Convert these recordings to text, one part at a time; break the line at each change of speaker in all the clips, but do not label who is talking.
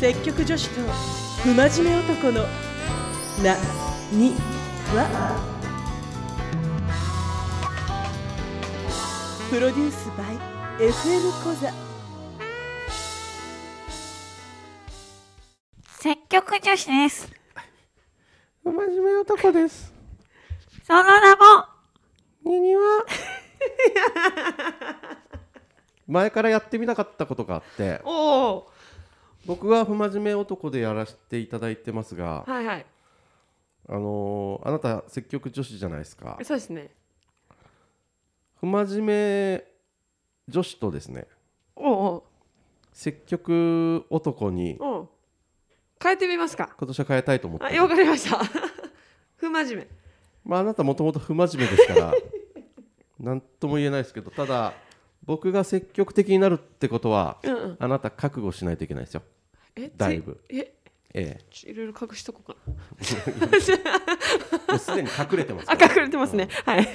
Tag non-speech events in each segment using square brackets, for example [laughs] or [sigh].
積極女子と不真面目男のなにはプロデュース by FM 小座
積極女子です。
真面目男です。
その名も、
にには。前からやってみたかったことがあって、
おお
僕は不真面目男でやらせていただいてますが、
はいはい
あのーあなた積極女子じゃないですか。
そうですね
不真面目女子とですね、
おう
積極男に
おうおう変えてみますか
今年は変えたいと思っ
あ
て
わ。かりました [laughs] 不真面目
まああなたもともと不真面目です
[laughs]
から、なんとも言えないですけど、ただ僕が積極的になるってことは、
うんうん
あなた覚悟しないといけないですよ。
え
だいぶ
つえ
え
ちょいろいろ隠しとこうか
え、もうすでに隠れてます
な
か
あ
ら。
隠れてますね、はい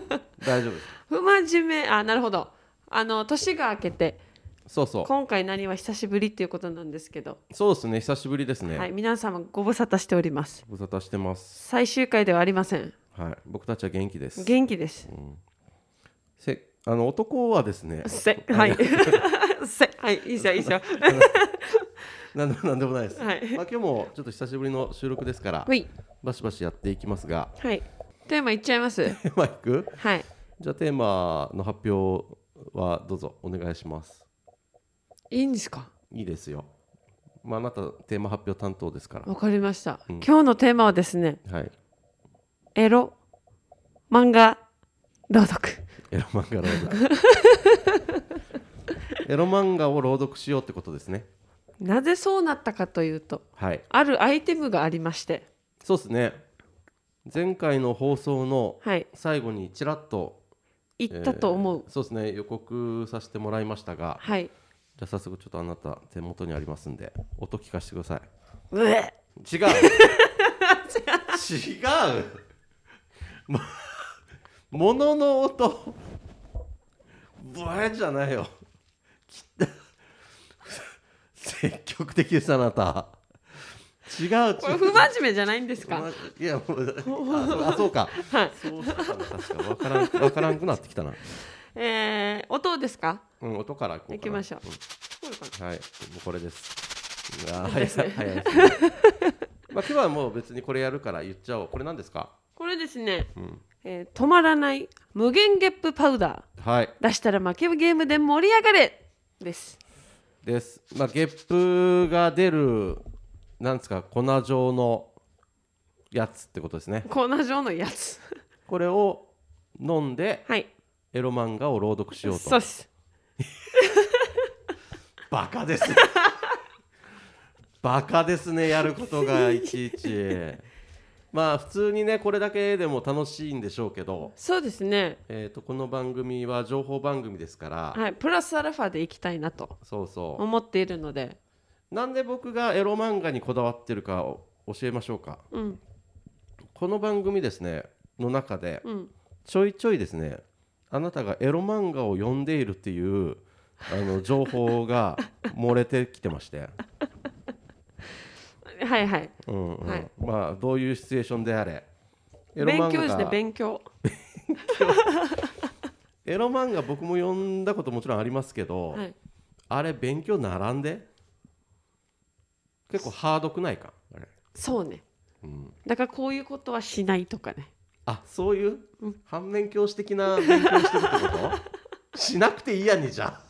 [laughs]
大丈夫です。
不真面目あなるほどあの年が明けて
そうそう。
今回何は久しぶりっていうことなんですけど、
そうですね。久しぶりですね。
はい皆様ご無沙汰しております
ご無沙汰してます。
最終回ではありません
はい。僕たちは元気です。
元
[laughs]
気です。
せあの男はですね
せはいせはいいいですよいいですよ
[laughs] なんでもなん [laughs] でもないです。
はい
まあ今日もちょっと久しぶりの収録ですから
ほ、い
バシバシやっていきますが、 [laughs]
はいテーマいっちゃいます
テーマいく？
はい
じゃあテーマの発表はどうぞお願いします。
いいんですか
いいですよ。まああなたテーマ発表担当ですから。
わかりました、
うん
今日のテーマはですね
はい。
エロ漫画朗読
エロ漫画朗
[laughs]
読。エロ漫画を朗読しようってことですね。
なぜそうなったかというと
はい。
あるアイテムがありまして
そうですね。前回の放送の
はい
最後にちらっと
言ったと思う
え、ーそうですね。予告させてもらいましたが、
はい
じゃあ早速ちょっとあなた手元にありますんで音聞かせてくださ
うえ
い。違う。違
[laughs]
う。まものの音。ブエじゃないよ。きっと積極的ですあなた。違う違う。
これ不真面目じゃないんですか
いやもうああそうか。
はい
そうしたかな確かわからんわからんくなってきたな。
えー、音ですか
うん音から行こうかな。
行きましょうこういう感
うんはいもうこれです。うわー早い早いですね。まあ今日はもう別にこれやるから言っちゃおう。これなんですか。
これですね、
うん
えー止まらない無限ゲップパウダ
はい
ー出したら負けゲームで盛り上がれです
です。まあゲップが出るなんですか粉状のやつってことですね。
コーナー上のやつ
これを飲んで
はい
エロ漫画を朗読しよう
そう
と
っ。す
バカです。バカですねやることがいちいち。まあ普通にねこれだけでも楽しいんでしょうけど、
そうですね
えー、とこの番組は情報番組ですから、
はい、プラスアルファでいきたいなと
そうそ
思っているので、
うなんで僕がエロ漫画にこだわってるかを教えましょうか
うん
この番組ですねの中で
うん、
ちょいちょいですねあなたがエロ漫画を読んでいるっていうあの情報が漏れてきてま
[laughs]
して、
はいはい
うんうん
はい
まあどういうシチュエーションであれエロ漫
勉
画
強ですね勉強
エロ漫画僕も読んだこともちろんありますけど、
はい
あれ勉強並んで結構ハードくないかあれ、
そうね
うん、
だからこういうことはしないとかね
あそういう
うん
反面教師的な勉強してるってことしなくていいやんにじゃあ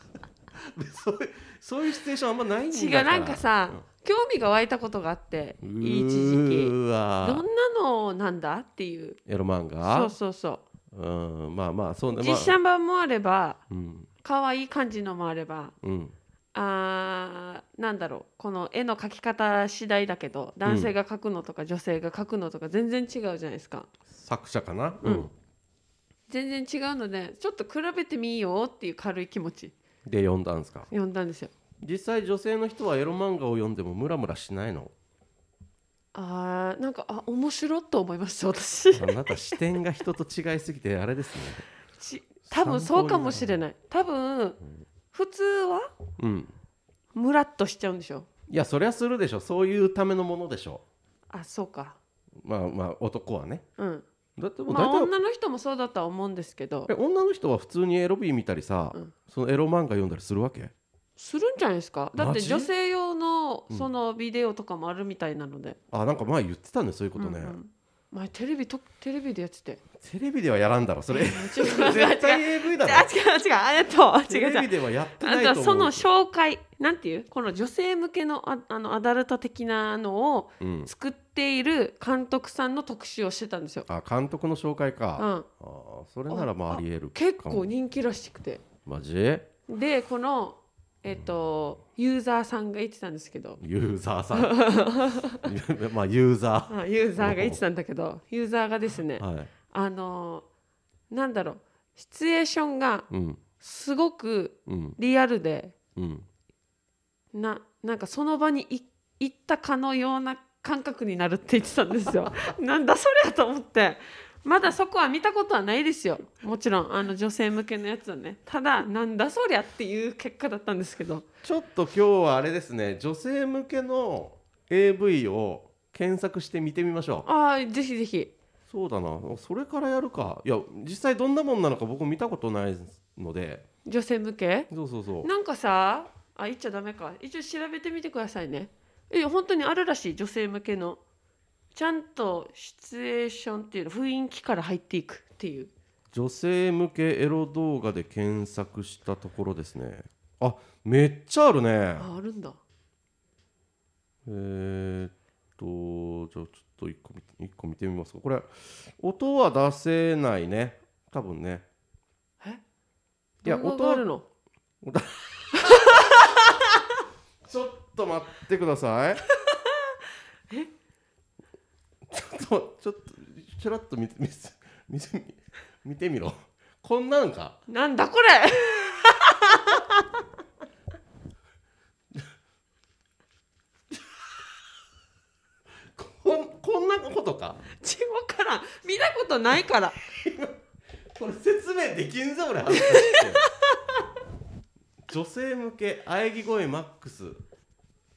そういうそういうシチュエーションあんまないんだ
違う
から
なんかさ、興味が湧いたことがあって
う
一
ん
時期
うー
ど
わ
んなのなんだっていう
エロ漫
そう
画
そうそう
うんまあまあそう
う
ね、まあ、
実写版もあれば
うん
可愛い感じのもあれば
うん
あーなんだろうこの絵の描き方次第だけど男性が描くのとか女性が描くのとか全然違うじゃないですか、
作者かな、
うん全然違うのでちょっと比べてみようっていう軽い気持ち
で読んだんですか
読んだんですよ
実際女性の人はエロ漫画を読んでもムラムラしないの
あーなんかあ面白っと思いました私
[laughs] あなた視点が人と違いすぎてあれですね。
ち多分そうかもしれない多分普通は
うん。
ムラっとしちゃうんでしょ
いやそりゃするでしょそういうためのものでしょ
あそうか
まあまあ男はね
うん
だってもう
まあ
大体、
女の人もそうだとは思うんですけど
え女の人は普通にエロビー見たりさ、
うん
そのエロ漫画読んだりするわけ
するんじゃないですかだっ
マ
て
ジ
女性用の
うん
そのビデオとかもあるみたいなので、
あなんか前言ってたねそういうことね、
うんうん前テレビとテレビでやってて
テレビではやらんだろそれ
ちょっと待って
[laughs] 絶対 AV だ
あ
ろ
[laughs] 違う違うあえっと
テ
違う
レビ
違う
ではやって
あ
ない
と
と
は
思う
その紹介なんていうこの女性向けのああのアダルト的なのを
うん、
作っている監督さんの特集をしてたんですよ、
あ監督の紹介
う
か、
ん、
あーそれならまあありえる
結
かも
構人気らしくて
マジ
でこのえっとユーザーさんが言ってたんですけど
ユーザーさん
[laughs]
まあユーザ
あユーザーが言ってたんだけどユーザーがですね
ーはい、
あのーなんだろうシチュエーションが
うん
すごく
うん
リアルで
うん
ななんかその場にい行ったかのような感覚になるって言ってたんで
[laughs]
すよ。なんだそれやと思ってまだそこは見たことはないですよもちろんあの女性向けのやつはねただなんだそりゃっていう結果だったんですけど
ちょっと今日はあれですね女性向けの AV を検索して見てみましょう
ああぜひぜひ
そうだなそれからやるかいや実際どんなもんなのか僕見たことないので
女性向け
そうそうそう
なんかさあ言っちゃダメか一応調べてみてくださいねえ本当にあるらしい女性向けのちゃんとシチュエーションっていうの雰囲気から入っていくっていう
女性向けエロ動画で検索したところですねあめっちゃあるね
ああるんだ
えーっとじゃあちょっと一個見て一個見てみますかこれ音は出せないね多分ね
え
いや
動
音
画がある
は
の
ちょっと待ってくださいちょっとちょっとちょらっと見て見せ見せ見てみろこんなんか
なんだこれ [laughs]
こんこんなことか
ち分からん見たことないから
これ説明できんぞ俺恥ずかしくて女性向け喘ぎ声マックス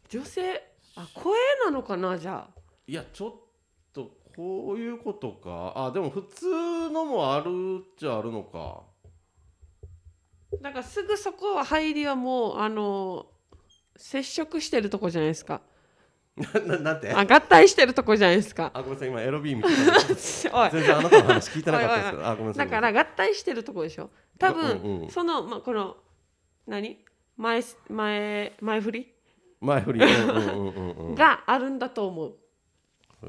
女性あ声なのかなじゃあ
いやちょっとこういうことかあでも普通のもあるっちゃあるのか
だからすぐそこは入りはもうあの接触してるとこじゃないですか
なななんて
あ合体してるとこじゃないですか [laughs]
あごめんなさい今エロビー見てたんで
おい
全然あなたの話聞いてなかったですけどあごめんなさい
だから合体してるとこでしょ多分、
うんうん
その、まあ、この何前す前前振り
前振りうんうんうんうんうんち
があるんだと思う、
ょっ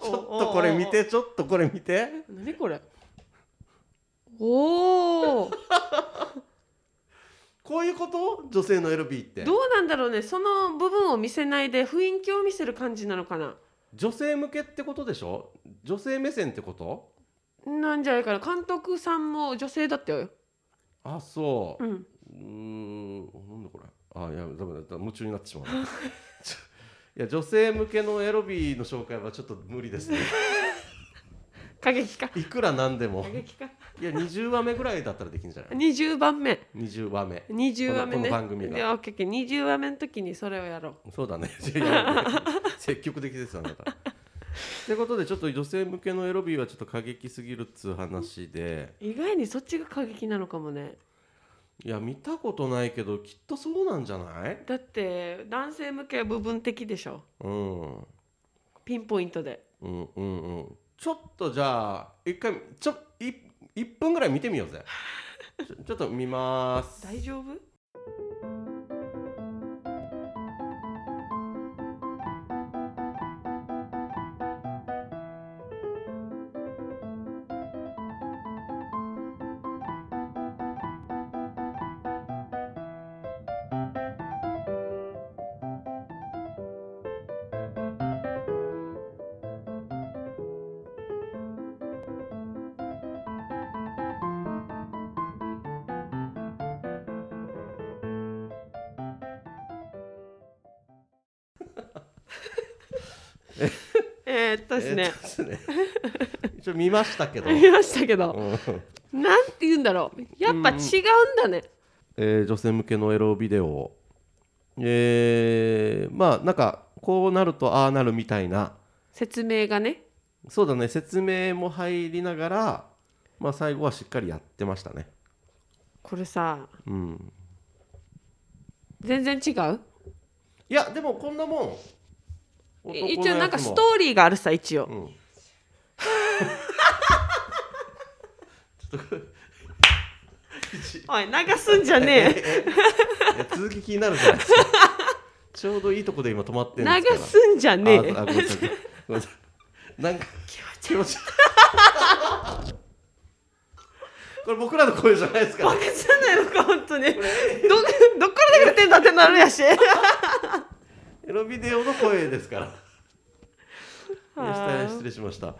とこれ見てちょっとこれ見て
おおお何これおお
こういうこと女性のエロビーって
どうなんだろうねその部分を見せないで雰囲気を見せる感じなのかな
女性向けってことでしょ女性目線ってこと
なんじゃないかな監督さんも女性だったよ、
あそうう、
ん、
うーんなんだこれあいやダメだだ夢中になってしまうなちょいや女性向けのエロビーの紹介はちょっと無理ですね
過激か
いくらなんでも
過激か
いや20話目ぐらいだったらできるんじゃない
20番目
20話目
20話目ね
このこの番組が
でオッケーオッケー20話目の時にそれをやろう
そうだね [laughs] いやいや積極的ですあなたってことでちょっと女性向けのエロビーはちょっと過激すぎるっつう話で
意外にそっちが過激なのかもね
いや見たことないけどきっとそうなんじゃない
だって男性向けは部分的でしょ
うん
ピンポイントで
うんうんうんちょっとじゃあ一回ちょい1分ぐらい見てみようぜちょちょっと見ます
大丈夫えー、っとですね、
えーそうですね一応見ました
[laughs]
けど、
見ましたけど
うん
なんて言うんだろうやっぱ違うんだね、
えー女性向けのエロビデオえーまあなんかこうなるとああなるみたいな
説明がね
そうだね説明も入りながら、まあ、最後はしっかりやってましたね
これさ
うん
全然違う
いやでもこんなもん
一応なんかスト
ー
ーリーがあるさ一応 [laughs]
うん、
おい流すんじゃねえ
[laughs] いや続き気になるじゃないですかちょうどいいとこで今止まってる
流
んですから
すんじゃねえ
ああごめんなさいごめんなさいなんか気持ち悪いこれ僕らの声じゃないですから
バカじゃないのか本当にどどっから流れてんだってなるやし
エロビデオの声ですからいや
はあ
下失礼しました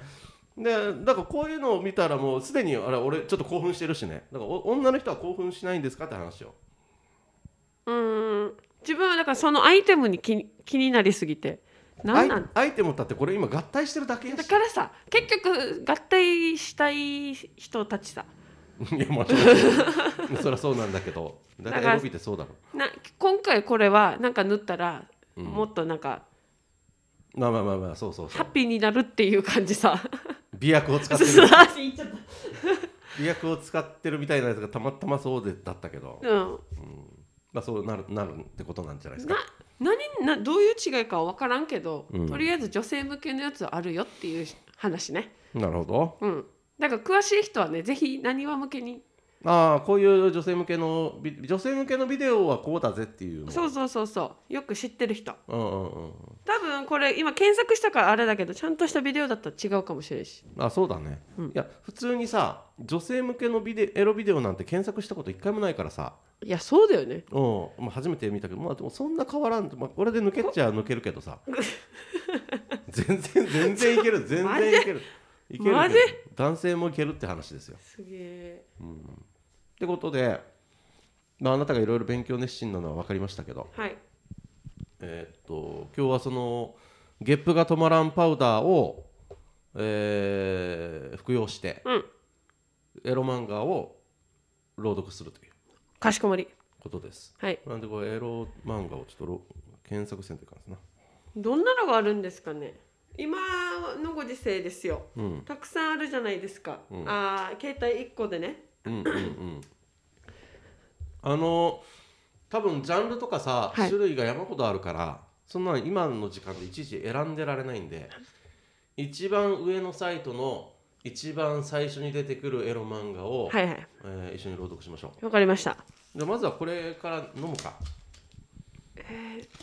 でなんかこういうのを見たらもうすでにあれ俺ちょっと興奮してるしねだからお女の人は興奮しないんですかって話を
うん自分はだからそのアイテムに気に気になりすぎてなんなん
アイアイテムだってこれ今合体してるだけや
だ
し
からさ結局合体したい人たちさ
いやまあちょっとそりゃそうなんだけどだいたいエロビってそうだろ
な今回これはなんか塗ったら、
うん
もっとなんか
まあまあまあまあそうそうそ
ハ
う
ッピーになるっていう感じさ
美薬を使ってる
そうあ言っちゃっ
美薬を使ってるみたいなやつがたまたまそうでだったけど
た、 [laughs] うん、
まあそうなるなるってことなんじゃないです
な
か
何などういう違いかは分からんけど、
うん
とりあえず女性向けのやつはあるよっていう話ね
なるほど
うんだから詳しい人はねぜひ何話向けに
ああこういう女性向けのビ女性向けのビデオはこうだぜっていうの
そうそうそうそうよく知ってる人
うんうんうん
多分これ今検索したからあれだけどちゃんとしたビデオだったら違うかもしれんし
あそうだね、
うん
いや普通にさ女性向けのビデエロビデオなんて検索したこと一回もないからさ、
いやそうだよね
うんまあ、初めて見たけど、まあ、でもそんな変わらん、まあ、これで抜けっちゃ抜けるけど
[laughs]
さ全然全然いける全然いけるいける
マ
け
ジ
ど男性もいけるって話ですよ
すげえ
ってことで、まあ、あなたがいろいろ勉強熱心なのは分かりましたけど、
はい
えーっと今日はそのゲップが止まらんパウダーを、えー服用して
うん
エロ漫画を朗読するという
かしこまり
ことです。
はい
なんでこれエロ漫画をちょっとろ検索せんといかんですな。
どんなのがあるんですかね今のご時世ですよ
うん
たくさんあるじゃないですか、
うん
あー携帯1個でね
うんうんうん。あの多分ジャンルとかさ、
はい
種類が山ほどあるからそんなの今の時間でいちいち選んでられないんで一番上のサイトの一番最初に出てくるエロ漫画を、
はいはい
えー一緒に朗読しましょう。
わかりました
じゃあまずはこれから飲むか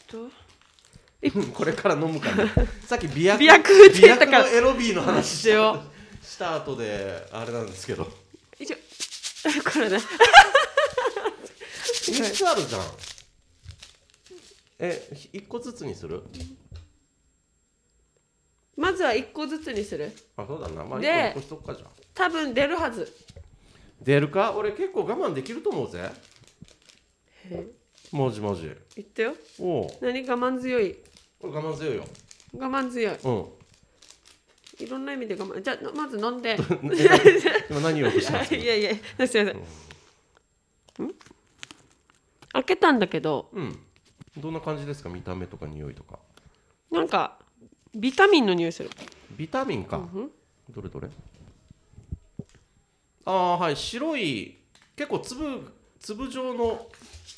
と
[laughs] これから飲むか、ね、さっき美薬
美薬って
美
言った
薬
から
のエロビーの話し
しよ
たした後であれなんですけど
一応これね
3つあるじゃんえ1個ずつにする
まずは1個ずつにする
あそうだなまあ
で
1個1個しとくかじゃん
多分出るはず
出るか俺結構我慢できると思うぜ
え
マジマジ
言ったよ
おう
何我慢強い
これ我慢強いよ
我慢強い
うん
いろんな意味で我慢じゃあまず飲んで
今何を欲したんですか
[laughs] いやいやすいません、ん、開けたんだけど
うんどんな感じですか見た目とか匂いとか
なんかビタミンの匂いする
ビタミンか、
うん
どれどれああはい白い結構粒粒状の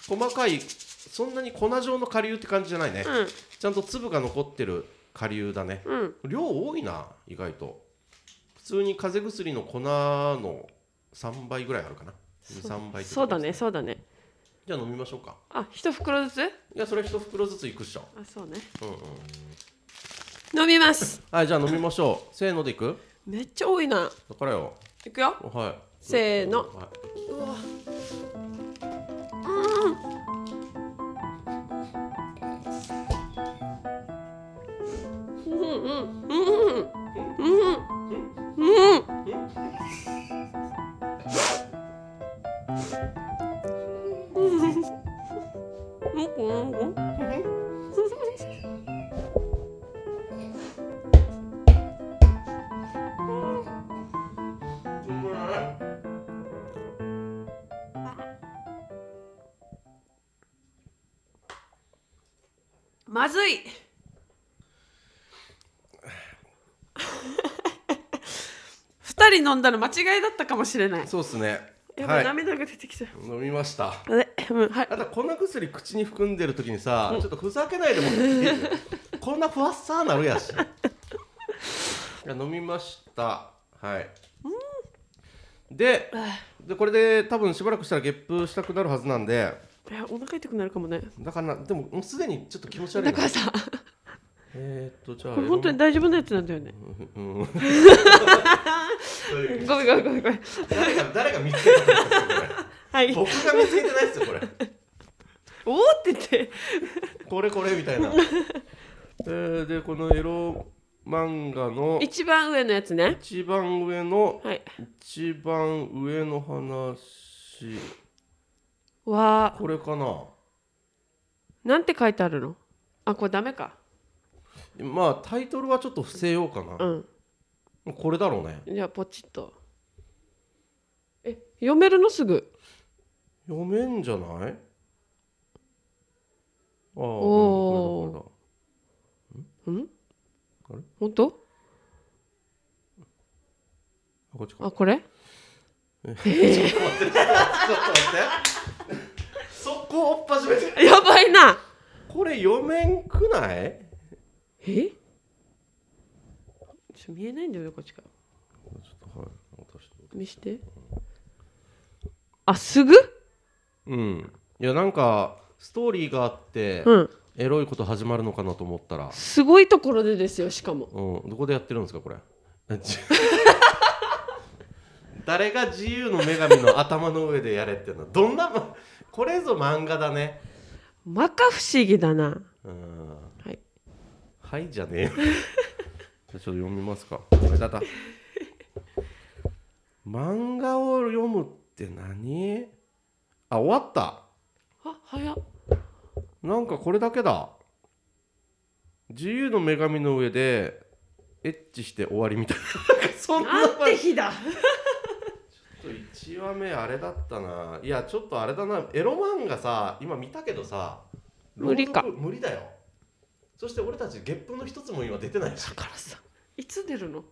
細かいそんなに粉状の顆粒って感じじゃないね、ちゃんと粒が残ってる顆粒だね
うん
量多いな意外と普通に風邪薬の粉の3倍ぐらいあるかな23倍ってことです
そうだねそうだね
じゃあ飲みましょうか
あ一袋ずつ
いやそれ一袋ずついくっしょ
あそうね
うんうん
飲みます
はいじゃあ飲みましょうせーのでいく
めっちゃ多いな
だからよ
いくよ
はい
せーの
はいう
わうんうんうんうんうんうんうんうん
う
まずい2人飲んだの間違いだったかもしれない
そうですね
やばい、
はい
涙が出てきた
飲みました
えうんはい
あと粉薬口に含んでる時にさ、ちょっとふざけないでもらっていいこんなふわっさーなるやしいや飲みましたはい、ででこれで多分しばらくしたらゲップしたくなるはずなんで
いやお腹痛くなるかもね
だからなでももうすでにちょっと気持ち悪い
だ
な
からさ
えー、っとじゃあ
これ本当に大丈夫なやつなんだよね
うんう
[laughs]
ん
ごめんごめんごめんごめん
誰が誰が見つけたんですか
はい
これ僕が見つけてないですよこれ
おおって言って
これこれみたい
[laughs]
なえーでこのエロ漫画の
一番上のやつね
一番上の
はい
一番上の話
わ
これかな
ーなんて書いてあるのあこれダメか
まあタイトルはちょっと伏せようか
う
な、
ん
これだろうね
じゃあポチッとえ読めるのすぐ
読めんじゃないああ
お
う
ー
んこれだこ
本当
れだこっちか
あこれ
ちょっと待ってそこ追っ始めて
やばいな
これ読めんくない
えちょ見えないんだよねこっちから
ちょっとはい私と
見してあすぐ
うんいやなんかストーリーがあって、
うん
エロいこと始まるのかなと思ったら
すごいところでですよしかも
うん、どこでやってるんですかこれ [laughs] 誰が自由の女神の頭の上でやれってのはどんなまこれぞ漫画だね
摩訶不思議だな
うん
はい
はいじゃねえよじゃあちょっと読みますかこれだだ漫画を読むって何あ終わった
あ早っ
なんかこれだけだ自由の女神の上でエッチして終わりみたいななんかそんな
[laughs] なんて日だ
ちょっと1話目あれだったないやちょっとあれだなエロ漫画さ今見たけどさ
無理か
朗読無理だよそして俺たち月分の一つも今出てないし
だからさいつ出るの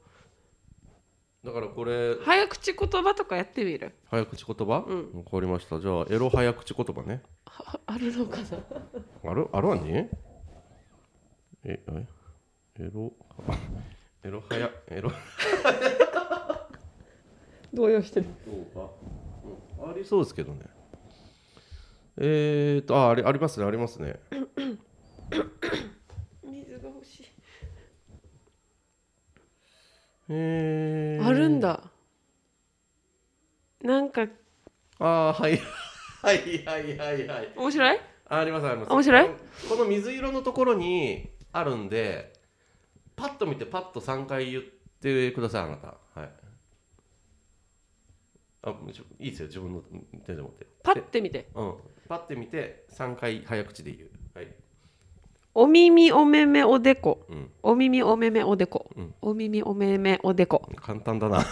だからこれ
早口言葉とかやってみる
早口言葉、
う
変わりましたじゃあエロ早口言葉ね
ああるのかな
あるあるわねええエロ [laughs] エロ早エロ
動揺してる
そうか、うん、ありそうですけどねえー、っとあありありますねありますね
水が欲しい
えー、
あるんだなんか
ああはい [laughs] はいはいはいはい
面白い
あありますあります
面白い
このこの水色のところにあるんでパッと見てパッと3回言ってくださいあなたはいあむしろいいですよ自分の手で持って
パッて見て
うんパッて見て3回早口で言うはい
お耳おめめおでこ
うん
お耳おめめおでこ、
うん
お耳おめめおでこ
簡単だ
[laughs]
な簡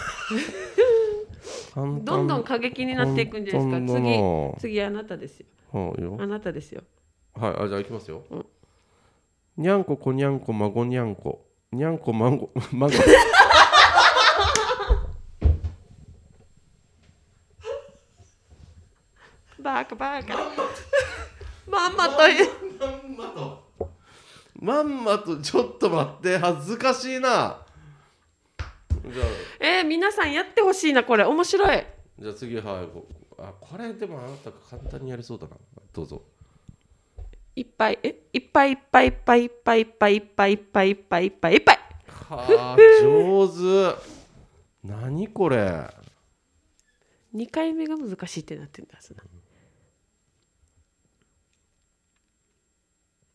単
どんどん過激になっていくんじゃないですか
簡単だな
次次あなたですよ
はいよ
あなたですよ
はい、あじゃあ行きますよ。
うん
にゃんここにゃんこまごにゃんこ。にゃんこま [laughs] ごまご。
バカバ [laughs] カまんまという
まんまと。まんまとちょっと待って恥ずかしいな。じゃあ
えー、皆さんやってほしいなこれ面白い
じゃあ次はいこあこれでもあなたが簡単にやりそうだな。どうぞ。
いっぱいえいっぱいいっぱいいっぱいいっぱいいっぱいいっぱいいっぱいいっぱいいっぱいいっぱい
はあ上手。何これ。
2回目が難しいってなってんだそんな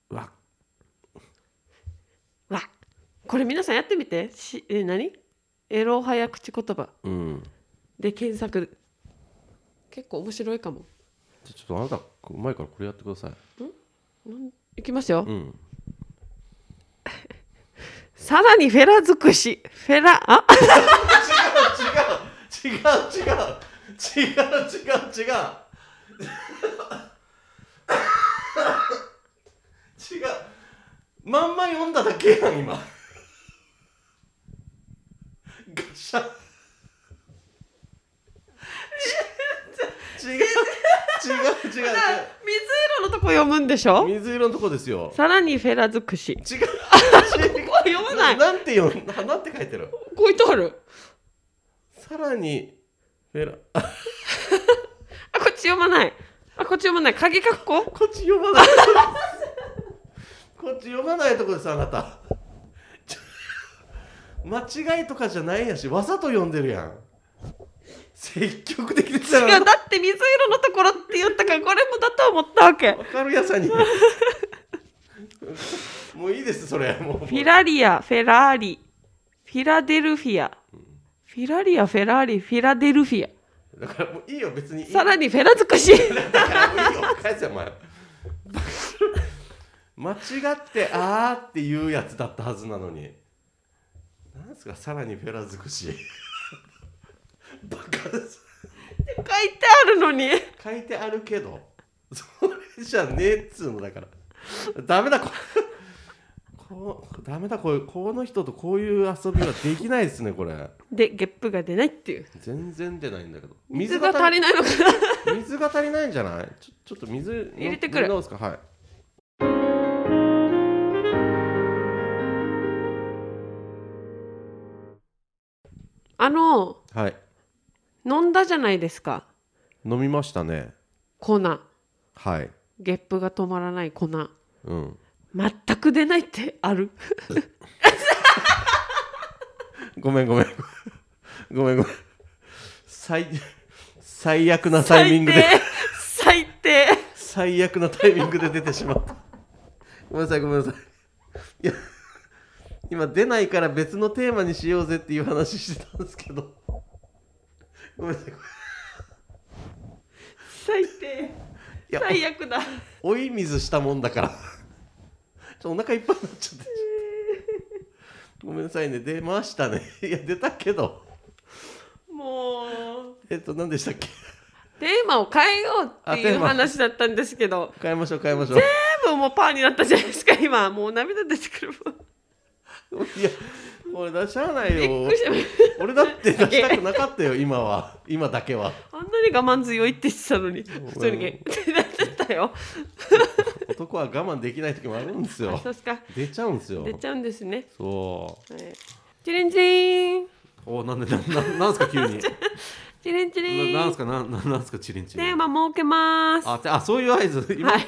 うわ
わこれ皆さんやってみてしえ何エロ早口言葉
うん。
で検索結構面白いかも
じゃあちょっとあなたうまいからこれやってください。
いきますよ
うん。
さらにフェラ尽くしフェラあ
違う違う違う違う違う違う違う違う違う読んだだけやん今ガシャち違う違う違
水色のとこ読むんでしょ
う違う水色のとこですよ
さらにフェラ尽くし
違う違う
これ読まない
なんて読んななんて書いてる
こういてある
さらにフェラ
あこっち読まないあこっち読まない鍵括弧
こっち読まないこっち読まないとこですあなたちょ間違いとかじゃないやしわざと読んでるやん積極的です
違
よ
うだって水色のところって言ったからこれもだと思ったわけ
わかるやさにもういいですそれもう
フィラリアフェラーリフィラデルフィアフィラリアフェラーリフィラデルフィア
だからもういいよ別にいい
さらにフェラ尽くし
だからもういいよ返せお前間違ってあーっていうやつだったはずなのになんですかさらにフェラ尽くしバカです
書いてあるのに
書いてあるけどそれじゃねえっつうのだからダメだここうダメだこういうこの人とこういう遊びはできないですねこれ
でゲップが出ないっていう
全然出ないんだけど
水が足りないのかな
水が足りないんじゃないちょちょっと水
入れてくる
どうですかはい
あの
はい
飲んだじゃないですか
飲みましたね
粉
はい
ゲップが止まらない粉
うん
全く出ないってある
ごめんごめんごめんごめん最最悪なタイミングで
最低最低
最悪なタイミングで出てしまったごめんなさいごめんなさいいや今出ないから別のテーマにしようぜっていう話してたんですけどごめんなさいごめん
最低
いや
最悪だ
追い水したもんだからちょっとお腹いっぱいになっちゃってごめんなさいね出ましたねいや出たけど
もう
えっと何でしたっけ
テーマを変えようって
あ
い
テ
う
ーマ
話だったんですけど
変えましょう変えましょう
全部もうパーになったじゃないですか今もう涙出てくる
いや俺出しゃあない
びっ
よ
くりした
俺だって出したくなかったよ今は今だけは
あんなに我慢強いって言ってたのに普通にゲッってなっちゃったよ
男は我慢できない時もあるんです
あ
よ
そうっすか
出ちゃうんですよ
出ちゃうんですね
そう
はいチリンチリン
おなんでなななんすか
[laughs]
急に
チリンチリン
ななんすかなななんすかチリンチ
テ
リ
ー
ン
マ設けます
あてあそういう合図今、
はい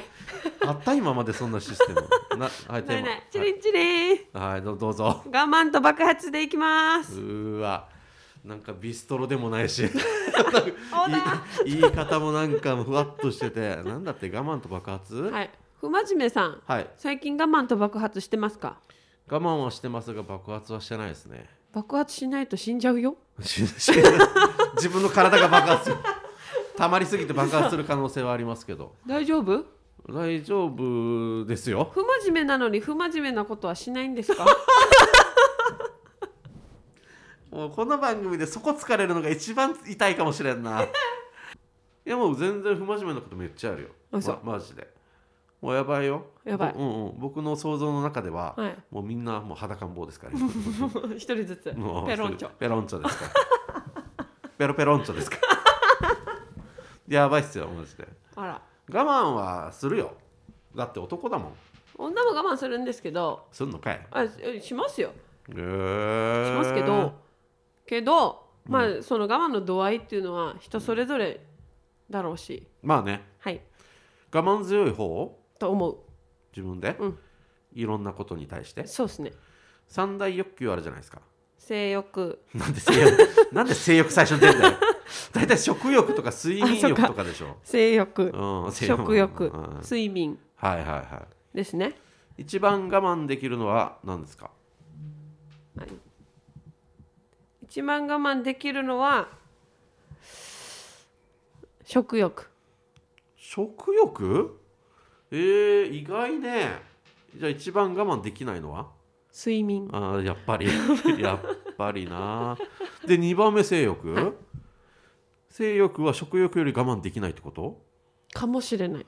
あった今までそんなシステムなはいテ
ない
ー
ないチ
マ
リンチリン
はい、はい、どうどうぞ
我慢と爆発でいきま
う
す
ーわなんかビストロでもないし
そうだ
[laughs] い [laughs] 言い方もなんかふわっとしててなんだって我慢と爆発はい、
はい不真面目さん最近我慢と爆発してますか
我慢はしてますが爆発はしてないですね
爆発しないと死んじゃうよ
しし [laughs] 自分の体が爆発 [laughs] する溜まりすぎて爆発する可能性はありますけど
大丈夫
大丈夫ですよ
不真面目なのに不真面目なことはしないんで
[laughs]
すか
もうこの番組でそこ疲れるのが一番痛いかもしれんな [laughs] いやもう全然不真面目なことめっちゃあるよ
あそう
まマジでもうやばいよ
やばい
ぼうんうん、僕の想像の中では、
はい
もうみんなもう裸ん坊ですから
一人ずつ
もう
ペロンチョ
ペロンチョですからペロペロンチョですからやばいっすよマジで
あら
我慢はするよだって男だもん
女も我慢するんですけど
すんのかい
あえしますよ
へ
し
ー
ますけど、けどまあ、その我慢の度合いっていうのは人それぞれだろうし
まあね
はい
我慢強い方
と思う
自分で、
うん
いろんなことに対して
そうですね
三大欲求あるじゃないですか
性欲
なんで性欲 [laughs] なんで性欲最初に出るんだよ大体食欲とか睡眠欲とかでしょ
性欲
うん、性欲
食欲
うんはい
睡眠
はいは
ですね
い一番我慢できるのは何ですか
一番我慢できるのは食欲
食欲えー、意外ねじゃあ一番我慢できないのは
睡眠
あーやっぱりやっぱりなで2番目性欲性欲は食欲より我慢できないってこと
かもしれない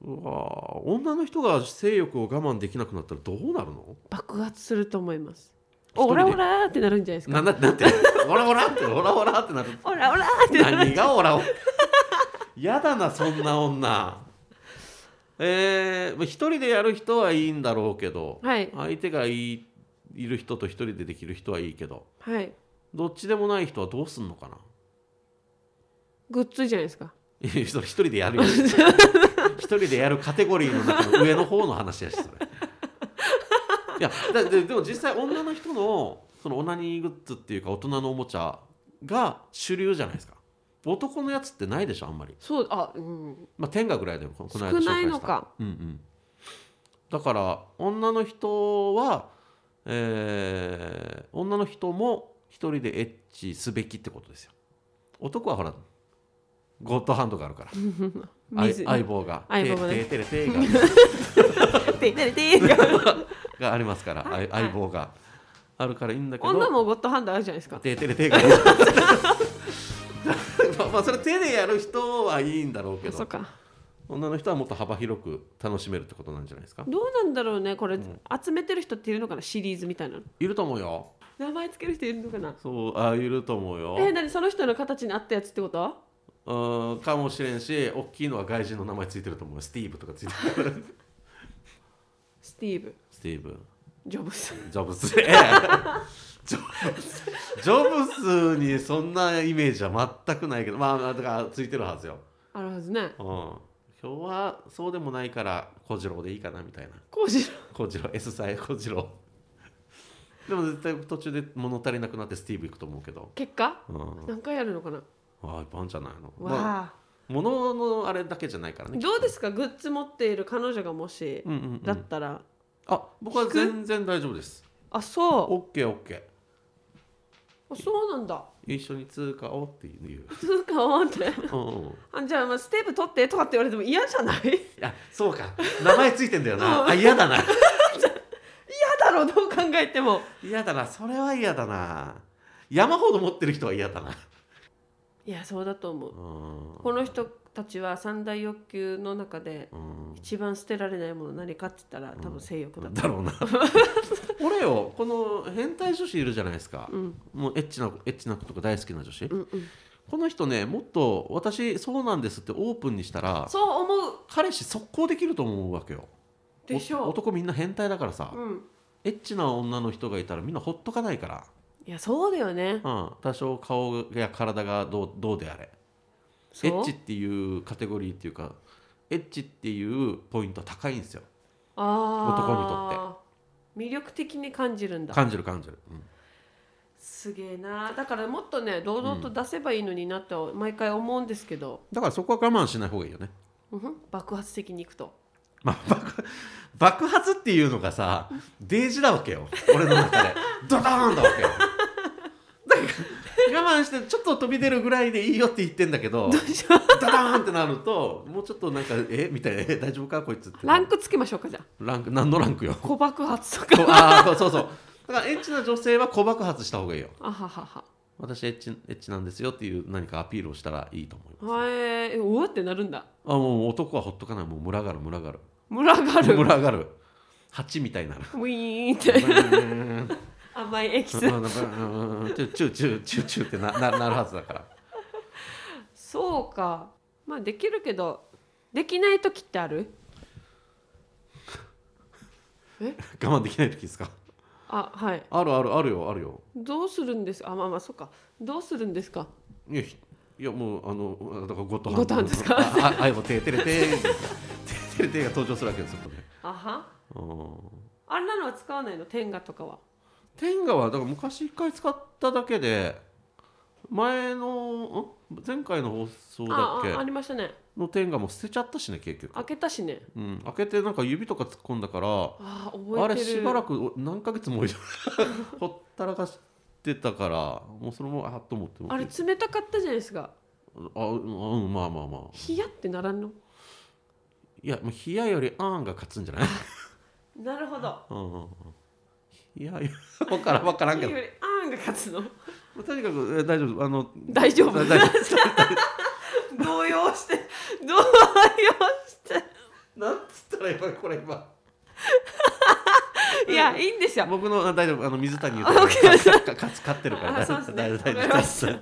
うわー女の人が性欲を我慢できなくなったらどうなるの
爆発すると思います
人で
オラオラーってなるんじゃないですか
なななんてオラオラってオラオラってなる
オラオラーってなる
何がオラオラやだなそんな女えーまあ、一人でやる人はいいんだろうけど、
はい
相手がいいいる人と一人でできる人はいいけど
はい
どっちでもない人はどうすんのかな [laughs]
グッズじゃないですか
いやそれ一人でや
[laughs]
るよ一人でやるカテゴリーの中の上の方の話やしそれいやだででも実際女の人のそのオナニーグッズっていうか大人のおもちゃが主流じゃないですか男のやつってないでしょあんまり
そうあうん
まあ、天下ぐらいでもここの間
少
紹介した
ないのか
うんうん、だから女の人は、えー女の人も一人でエッチすべきってことですよ男はほらゴッドハンドがあるからあい
水
相棒が「
相棒が
て
ね
てれてれ」が
ってなれてーが
がありますからあい相棒があるからいいんだけど
女もゴッドハンドあるじゃないですか
手手で
[laughs]
手がまあまあそれ手でやる人はいいんだろうけ
あそ
ど
うか
女の人はもっと幅広く楽しめるってことなんじゃないですか
どうなんだろうねこれ、
ん
集めてる人っているのかなシリーズみたいなの
いると思うよ
名前つける人いるのかな
そうあいると思うよ、
えー、何その人の形に合ったやつってこと
うんかもしれんし大きいのは外人の名前ついてると思うよスティーブとかついてる
スティーブ
[laughs] スティーブ
ジョブス
ジョブス [laughs] ええジョブスジョブスにそんなイメージは全くないけどまあまあだからついてるはずよ、
[laughs] あるはずね
うん、今日はそうでもないから小次郎でいいかなみたいな
コージ
小次郎 S サイ小次郎でも絶対途中で物足りなくなってスティーブ行くと思うけど、
結果
うん、
何回やるのかな
ああ番じゃないの、まあ、
わあ、
物のあれだけじゃないからね
どうですかグッズ持っている彼女がもし、
うんうんうん、
だったら
あ僕は全然大丈夫です。
あそう
オッケーオッケ
あそうなんだ
ー。一緒に通過をっていう。
普通かわんって
うん [laughs] うん、い
あじゃあ,、まあステップ取ってとかって言われても嫌じゃ
[laughs]
ない嫌
やそうか名前ついてんだよな。あ嫌だな。
だろうどう考えても
嫌だなそれは嫌だな。山ほど持ってる人は嫌だな。
いやそうだと思う
うん
この人たちは三大欲求の中で
うん
一番捨てられないもの何かって言ったら多分性欲だと
だ
[laughs]
ろうな。俺よこの変態女子いるじゃないですか。
うん
もうエッチなエッチなことが大好きな女子。
うんうん
この人ねもっと私そうなんですってオープンにしたら
そう思う
彼氏速攻できると思うわけよ。
でし
お
ょ
男みんな変態だからさ。
う、うん、
エッチな女の人がいたらみんなほっとかないから、
いやそうだよね
うん、多少顔や体がどうどうであれエ
そ
ッ
う
チっていうカテゴリーっていうかエッチっていうポイントは高いんですよ
あ
男に
ー魅力的に感じるんだ
感じる感じる、うん
すげえなだからもっとね堂々と出せばいいのになって毎回思うんですけど、
だからそこは我慢しない方がいいよね、
うんふん、爆発的にいくと
まあ、爆爆発っていうのがさデージなわけよ俺の中でドドーンだわけよだから我慢してちょっと飛び出るぐらいでいいよって言ってんだけどドドーンってなるともうちょっとなんかえみたいなえ大丈夫かこいつって
ランクつけましょうかじゃあ
ランク何のランクよ
小爆発とか
こああそうそうだからエッチな女性は小爆発した方がいいよ
あははは
私エッチエッチなんですよっていう何かアピールをしたらいいと思います、
はえー、おおってなるんだ
あもう男はほっとかないもう群がる群がる
群がる
群がる蜂みたい
[laughs]
になる
ウィーンっ
ブ
て
ーンブ
甘いエキス
ーンブーンチューチューチューチューチューってなななるはずだから
そうかまあできるけどできない時ってある
我慢できない時ですか
あはい
あるあるあるよあるよ
どうするんですあまあまあそうかどうするんですか
いやひいやもうあのだからゴッドハンド
ゴッドハンドですか
ああいぼてーてれてーてーてれてーが登場するわけですよこれ
あは
うん
あんなのは使わないの天下とかは
天下はだから昔一回使っただけで前のん前回の放送だ
あああ
っ
りましたね
けの天下も捨てちゃったしね結局、
開けたしね
うん、開けてなんか指とか突っ込んだから
あー
あ
覚
れ
えてる
しばらくお何ヶ月も置いて [laughs] ほったらかしてたからもうそのままあっと思って
あれ冷たかったじゃないですか
あうんうんまあまあまあ
冷やってならんの
いやもう冷やよりあんが勝つんじゃ
[laughs]
ない
なるほど
うんうんうん冷や [laughs] よ分からん分からんけど
よりあんが勝つの
とにかくえ大丈夫あの
大
[laughs]
丈夫
大丈夫
[laughs] 動揺して動揺して
したら今これ今
いやいいんですよ
僕のあ大丈夫あの水谷言う
あ OK
かか勝ってるから
あ
大丈
そうで
夫
すね
大丈夫大丈夫
わかりま
ですで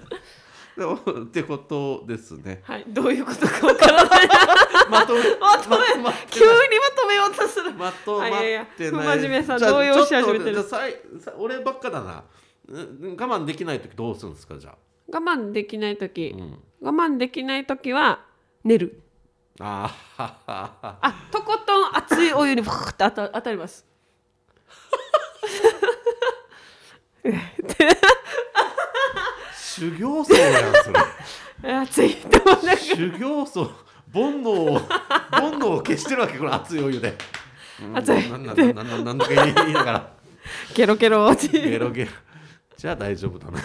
もってことです
[laughs]
ね
はいどういうことかわからない
まとめ
まとめ
ま
急にまとめようとする
まとまっ
あいやいや
てない
不真面目さ
じゃあ
動揺し始めてる
ちょっとじゃあさいさ俺ばっかだなうん我慢できない時どうするんですかじゃあ、
我慢できない時
うん、
我慢できない時は寝る
あーははは
あとことん熱いお湯にファーって当た当たります [laughs]
修行僧やんそれ
熱いって思いながら
修行僧煩悩を煩悩を消してるわけこれ熱いお湯でうん
熱い
なんなんなんなんなんとか言い言いながら
ゲロゲロって
ゲロゲロじゃあ大丈夫だな [laughs]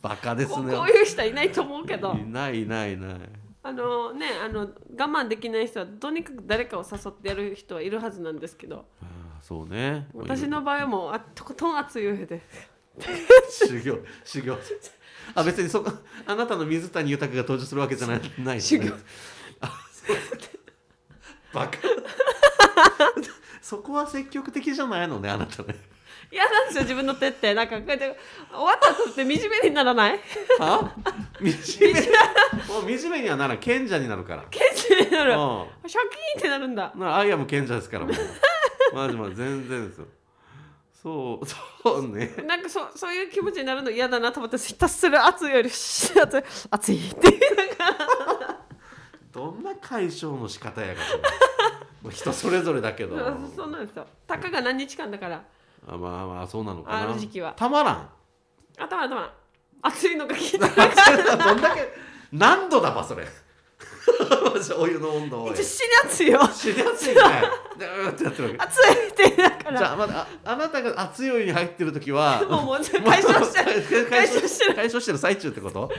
バカです
こう
ね
こういう人いないと思うけど
いないいないいない
あのねあの我慢できない人はとにかく誰かを誘ってやる人はいるはずなんですけど
あーそうね
私の場合はもうあとことん熱いお湯で
修行修行あ別にそこあなたの水谷豊が登場するわけじゃないないです
修
ね
行
あそうバカそこは積極的じゃないのねあなたね
嫌なんですよ自分の手ってなんかこうやって終わった後って惨めにならない
は惨めもう惨めにはならん賢者になるから
ケチになる
うん
シャキーンってなるんだ
なアイアム賢者です
[laughs]
からもうマジマジ全然ですよそうそうね
なんかそそういう気持ちになるの嫌だなと思ってひたすら熱いより [laughs] 熱い熱いっていうなんか
どんな解消の仕方やか
[laughs]
それもう人それぞれだけど
そうそうなんですよたかが何日間だから
あまあまあそうなのかな
あの時期は
たまらん [laughs]
頭頭熱いのが効いてる
どんだけ何度だばそれ [laughs] マジお湯の温度おい
[laughs] 一死に熱いよ
死に熱いねでうーってやってるわけ
熱いってだか
じ
ら
ゃあ,、まだ、ああなたが熱いお湯に入ってる時は
もうもう解消してる
解
解
消
消
し
してて
る
る
解消してる最中ってこと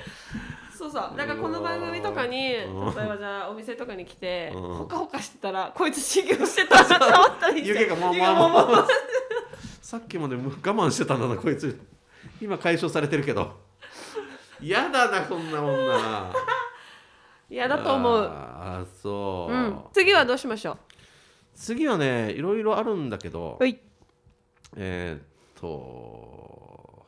そうそうだからこの番組とかに例え
うん
ばじゃあお店とかに来て
うん
ほかほかしてたらこいつ修行してたなと思ったりして
湯気がもう
湯
もう
も
も
うも
う
う
もうさっきまでもう我慢してたんだなこいつ今解消されてるけど嫌だなこんな女
嫌だと思う、
あーあーそう、
うん、次はどうしましょ
次はねいろいろあるんだけど、
はい
えー、っと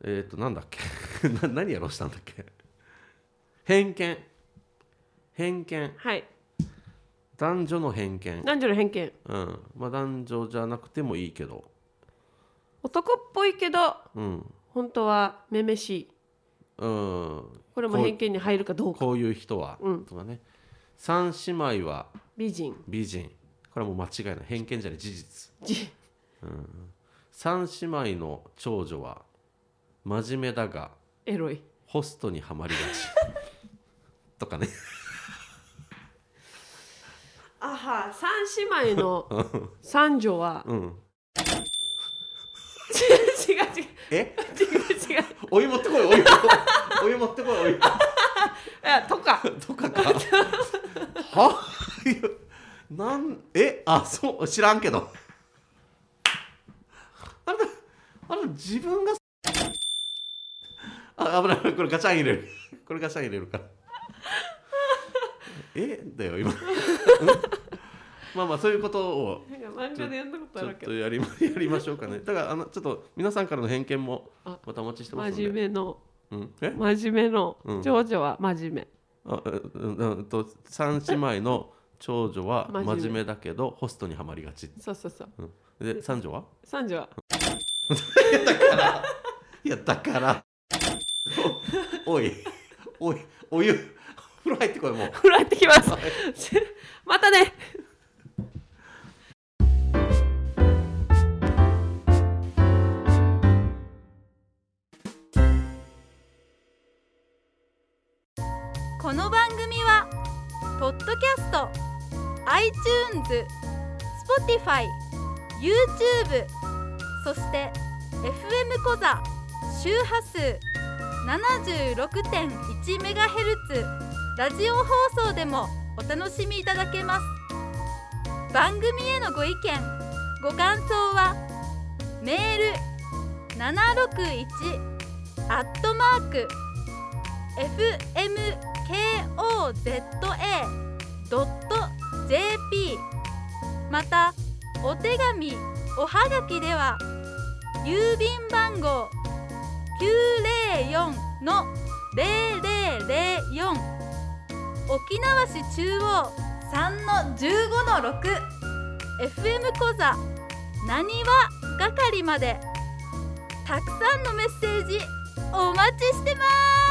えー、っとなんだっけ [laughs] な何やろうしたんだっけ偏見偏見
うはい
男女の偏見
男女の偏見
うんまあ男女じゃなくてもいいけど
男っぽいけど
うん
本当はめめしい
うん
これも偏見に入るかどうか
こういう人は、
うん
とかね三姉妹は
美人
美人これはもう間違いない偏見じゃない事実
じ
三姉妹の長女は真面目だが
エロい
ホストにはまりがち
[laughs]
とかね
あは三姉妹の三女は
うん
違う違う違う
え [laughs]
違う違う
お湯持ってこいお湯お湯持ってこいお湯
いやとか
とかかはいやなんえあそう知らんけどあれだあれ自分があ危ない危ないこれガチャン入れるこれガチャン入れるからえだよ今うんまあまあそういうことを
なんか漫画でやんだことあ
ちょ
る
っ
け
と
ど
やりまやりましょうかねだからあのちょっと皆さんからの偏見も
あ
またお待ちしてますので
真面目の
うん、え
真面目の
うん
長女は真面目、
あえうんうんと三姉妹の長女は
真
真
面目
面目だけどホストにはまりがち、
そうそうそう
うん、で三女は [laughs]
三女は [laughs]
いやだから [laughs] おおい [laughs] おいお湯 [laughs] お風呂入ってこいもう
振られてきます [laughs] またね
この番組はポッドキャスト iTunes、Spotify、YouTube そして FM コザ周波数 76.1MHz ラジオ放送でもお楽しみいただけます番組へのご意見ご感想はメール761アットマーク fmkoza.net JP またお手紙おはがきでは郵便番号904の0004沖縄市中央3の15の 6FM 講座なにわ係までたくさんのメッセージお待ちしてます